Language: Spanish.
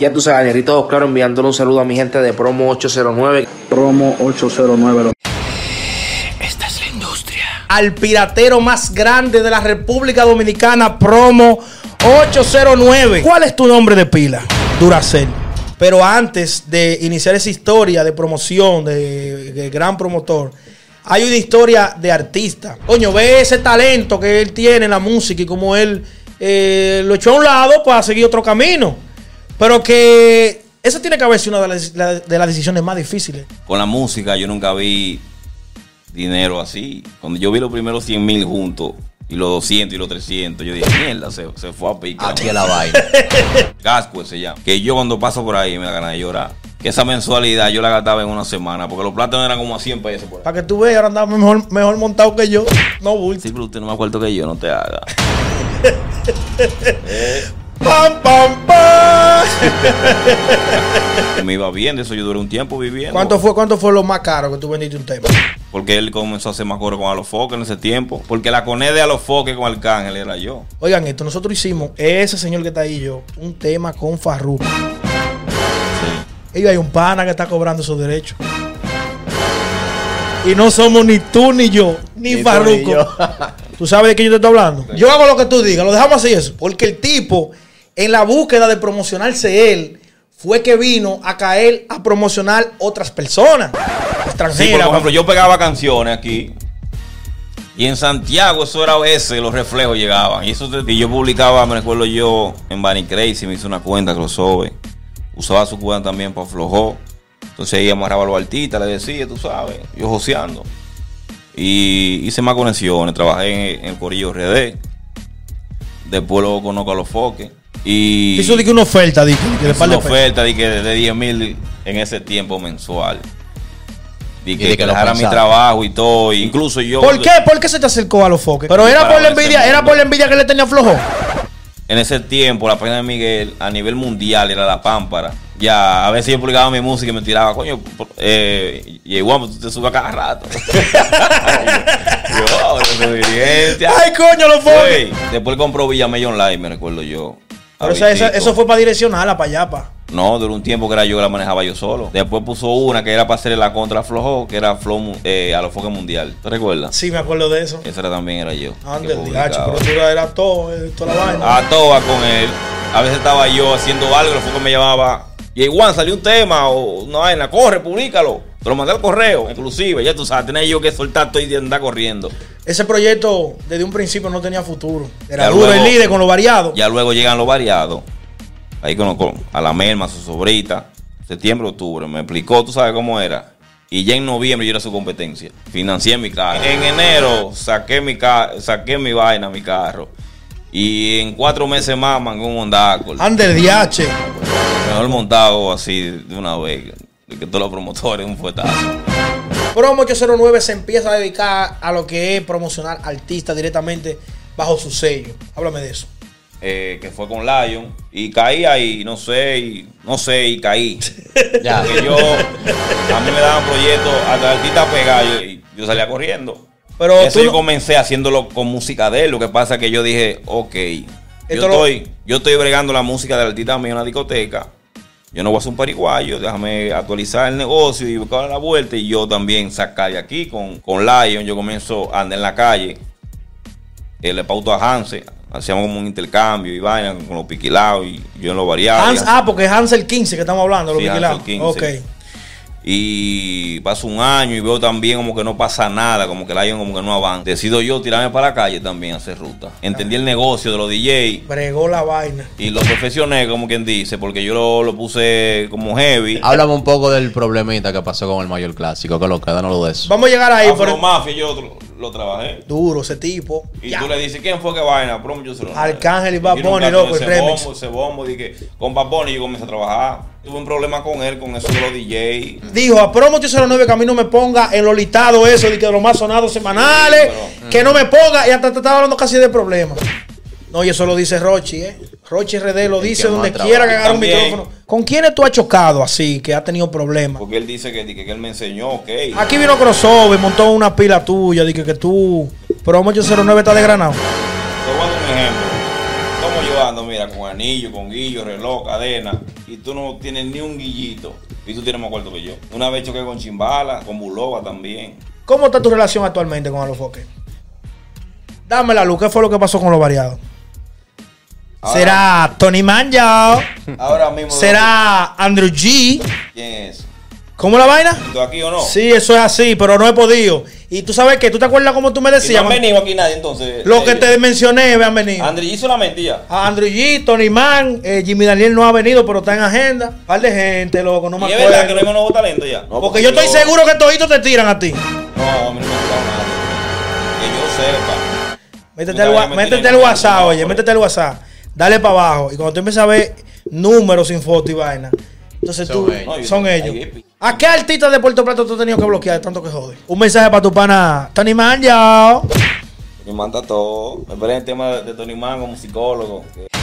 Ya tú sabes, Nerito Dos Claro enviándole un saludo a mi gente de Promo 809. Promo 809. lo- al piratero más grande de la República Dominicana, promo 809. ¿Cuál es tu nombre de pila? Duracel. Pero antes de iniciar esa historia de promoción, de, de gran promotor, hay una historia de artista. Coño, ve ese talento que él tiene en la música y cómo él eh, lo echó a un lado para seguir otro camino. Pero que esa tiene que haber sido una de las- la- de las decisiones más difíciles. Con la música yo nunca vi dinero así. Cuando yo vi los primeros 100 mil juntos y los 200 y los 300, yo dije, mierda, se, se fue a picar. Aquí es la vaina. Gasco se llama. Que yo cuando paso por ahí me da ganas de llorar. Que esa mensualidad yo la gastaba en una semana porque los plátanos eran como a 100 pesos por ahí. Para que tú veas, ahora andaba mejor, mejor montado que yo. No bulto. Sí, pero usted no me acuerdo que yo no te haga. ¡Pam, pam, pam! Me iba bien, de eso yo duré un tiempo viviendo. ¿Cuánto fue, ¿Cuánto fue lo más caro que tú vendiste un tema? Porque él comenzó a hacer más coro con Alofoque en ese tiempo. Porque la coné de Alofoque con Arcángel era yo. Oigan esto, nosotros hicimos, ese señor que está ahí y yo, un tema con Farruko. Y hay un pana que está cobrando esos derechos. Y no somos ni tú ni yo, ni, Ni tú, ni Farruko. yo. ¿Tú sabes de quién yo te estoy hablando? Yo hago lo que tú digas, lo dejamos así eso. Porque el tipo, en la búsqueda de promocionarse él, fue que vino a caer a promocionar otras personas. Sí, Extranjeras. porque, por ejemplo, yo pegaba canciones aquí. Y en Santiago eso era ese, los reflejos llegaban. Y eso te- y yo publicaba, me recuerdo yo, en Bunny Crazy, me hice una cuenta que lo sobe. Usaba su cuenta también para aflojó. Entonces ahí amarraba a los artistas, le decía, tú sabes, yo joseando. Y hice más conexiones, trabajé en, en el Corillo RD. Después luego conozco a los foques. Y Hizo de que una oferta, dije, de que de hice par de una pesos. oferta de, que de 10 mil en ese tiempo mensual. De que, de que que lo dejara mi pensaba. trabajo y todo. y incluso yo. ¿Por qué? ¿Por qué se te acercó a los foques? Pero Porque era por para la ese envidia, era mundo. por la envidia que le tenía flojo. En ese tiempo, la página de Miguel a nivel mundial era la pámpara. Ya, a veces yo publicaba mi música y me tiraba, coño, por- eh, y igual pues, tú te subes a cada rato. yo, yo soy dirigente. Ay, coño, los foques. Güey, Después compró Villamella Online, me recuerdo yo. a Pero esa- esa- Vitico. eso fue para direccionarla, para allá, pa. No, duró un tiempo que era yo que la manejaba yo solo. Después puso una que era para hacerle la contra a Flojo, que era Flow mu- eh, a los foques mundial. ¿Te recuerdas? Sí, me acuerdo de eso. Esa era también era yo. Ande que el diacho, publicaba. Ah, pero tú era todo, eh, toda la vaina. a toa con él. A veces estaba yo haciendo algo, lo fue que me llamaba. Y igual salió un tema o una vaina, corre, públicalo. Te lo mandé al correo, inclusive. Ya tú sabes, tenía yo que soltar todo y andar corriendo. Ese proyecto desde un principio no tenía futuro. Era Ya duro el luego- líder con lo variado. Ya luego llegan los variados. Ahí con, con- a la merma, su sobrita. Septiembre, octubre. Me explicó, tú sabes cómo era. Y ya en noviembre yo era su competencia. Financié mi carro. En enero saqué mi, ca- saqué mi vaina, mi carro. Y en cuatro meses más mangó un Honda Accord. Ande el diache. Mejor montado así de una vez. Que todos los promotores un fuetazo. Promo 809 se empieza a dedicar a lo que es promocionar artistas directamente bajo su sello. Háblame de eso. Eh, que fue con Lion. Y caí ahí, no sé, y, no sé, y caí. Ya. Porque yo, a mí me daban proyectos hasta artistas pegados y yo salía corriendo. Pero Eso tú yo no- comencé haciéndolo con música de él. Lo que pasa es que yo dije, ok, yo Esto lo- estoy, yo estoy bregando la música del artista mío en una discoteca. Yo no voy a ser un pariguayo, déjame actualizar el negocio y buscar la vuelta. Y yo también sacar de aquí con, con Lion. Yo comienzo a andar en la calle. Eh, le pauto a Hanse. Hacíamos como un intercambio y vaina con los piquilados y yo en los variados. Hans, ah, porque es Hansel 15 que estamos hablando, lo Sí, que Hansel quilamos. 15. Ok. Y pasa un año y veo también como que no pasa nada, como que el Lion como que no avanza. Decido yo tirarme para la calle también a hacer ruta. Entendí el negocio de los DJ Bregó la vaina. y lo perfeccioné, como quien dice, porque yo lo, lo puse como heavy. Ah, Háblame un poco del problemita que pasó con el mayor clásico, que lo queda, no lo de eso. Vamos a llegar ahí. Afro pero- Mafia yo lo, lo trabajé. Duro ese tipo. Y Ya. tú le dices, ¿quién fue que vaina? Promo yo se lo Arcángel y Bad Yo nunca Bunny, tuve loco, el ese remix. bombo, ese bombo, dije, con Bad Bunny yo comencé a trabajar. Tuve un problema con él, con eso de los DJ. Dijo a Promo 809 que a mí no me ponga en los listados eso de que de los más sonados semanales, que no me ponga. Y hasta te estaba hablando casi de problemas. No, y eso lo dice Rochi, ¿eh? Rochi RD lo dice que más donde trabaja. quiera que agarre un También. micrófono. ¿Con quiénes tú has chocado así, que has tenido problemas? Porque él dice que, que, que él me enseñó, ok. Aquí vino Crossover, montó una pila tuya, dije que tú. Promo 809 está de granado. Te voy a dar un ejemplo. ¿Cómo yo ando? Mira, mira, con anillo, con guillo, reloj, cadena, y tú no tienes ni un guillito. Y tú tienes más cuarto que yo. Una vez choqué con Chimbala, con Buloba también. ¿Cómo está tu relación actualmente con Alofoque? Dame la luz, ¿qué fue lo que pasó con los variados? Ahora- ¿Será Tony Manjao? Ahora mismo. ¿Será Andrew G? ¿Quién es? ¿Cómo la vaina? ¿Tú aquí o no? Sí, eso es así, pero no he podido. Y tú sabes que tú te acuerdas cómo tú me Y no decías. han man? venido aquí nadie, entonces. lo que ellos. te mencioné, me han venido. Andrés hizo la mentira. A Andrew G, Tony Man, eh, Jimmy Daniel no ha venido, pero está en agenda. Un par de gente, loco, no me Y es verdad que acuerdo. no hay un nuevo talento ya. No, Porque yo estoy yo- seguro que toditos te tiran a ti. No, a mí no me ha tocado nada. Que yo sepa. Métete Nunca al, voy a wa- meter métete en al el WhatsApp, teléfono, oye, por métete al WhatsApp. Dale para abajo. Y cuando tú empiezas a ver números sin foto y vaina, entonces Son tú. ellos. No, yo- Son ellos. Ay, epi. ¿A qué artista de Puerto Plata tú has tenido que bloquear de tanto que jode? Un mensaje para tu pana Tony Man, ya. Me manda todo. Me parece el tema de Tony Man como psicólogo. Que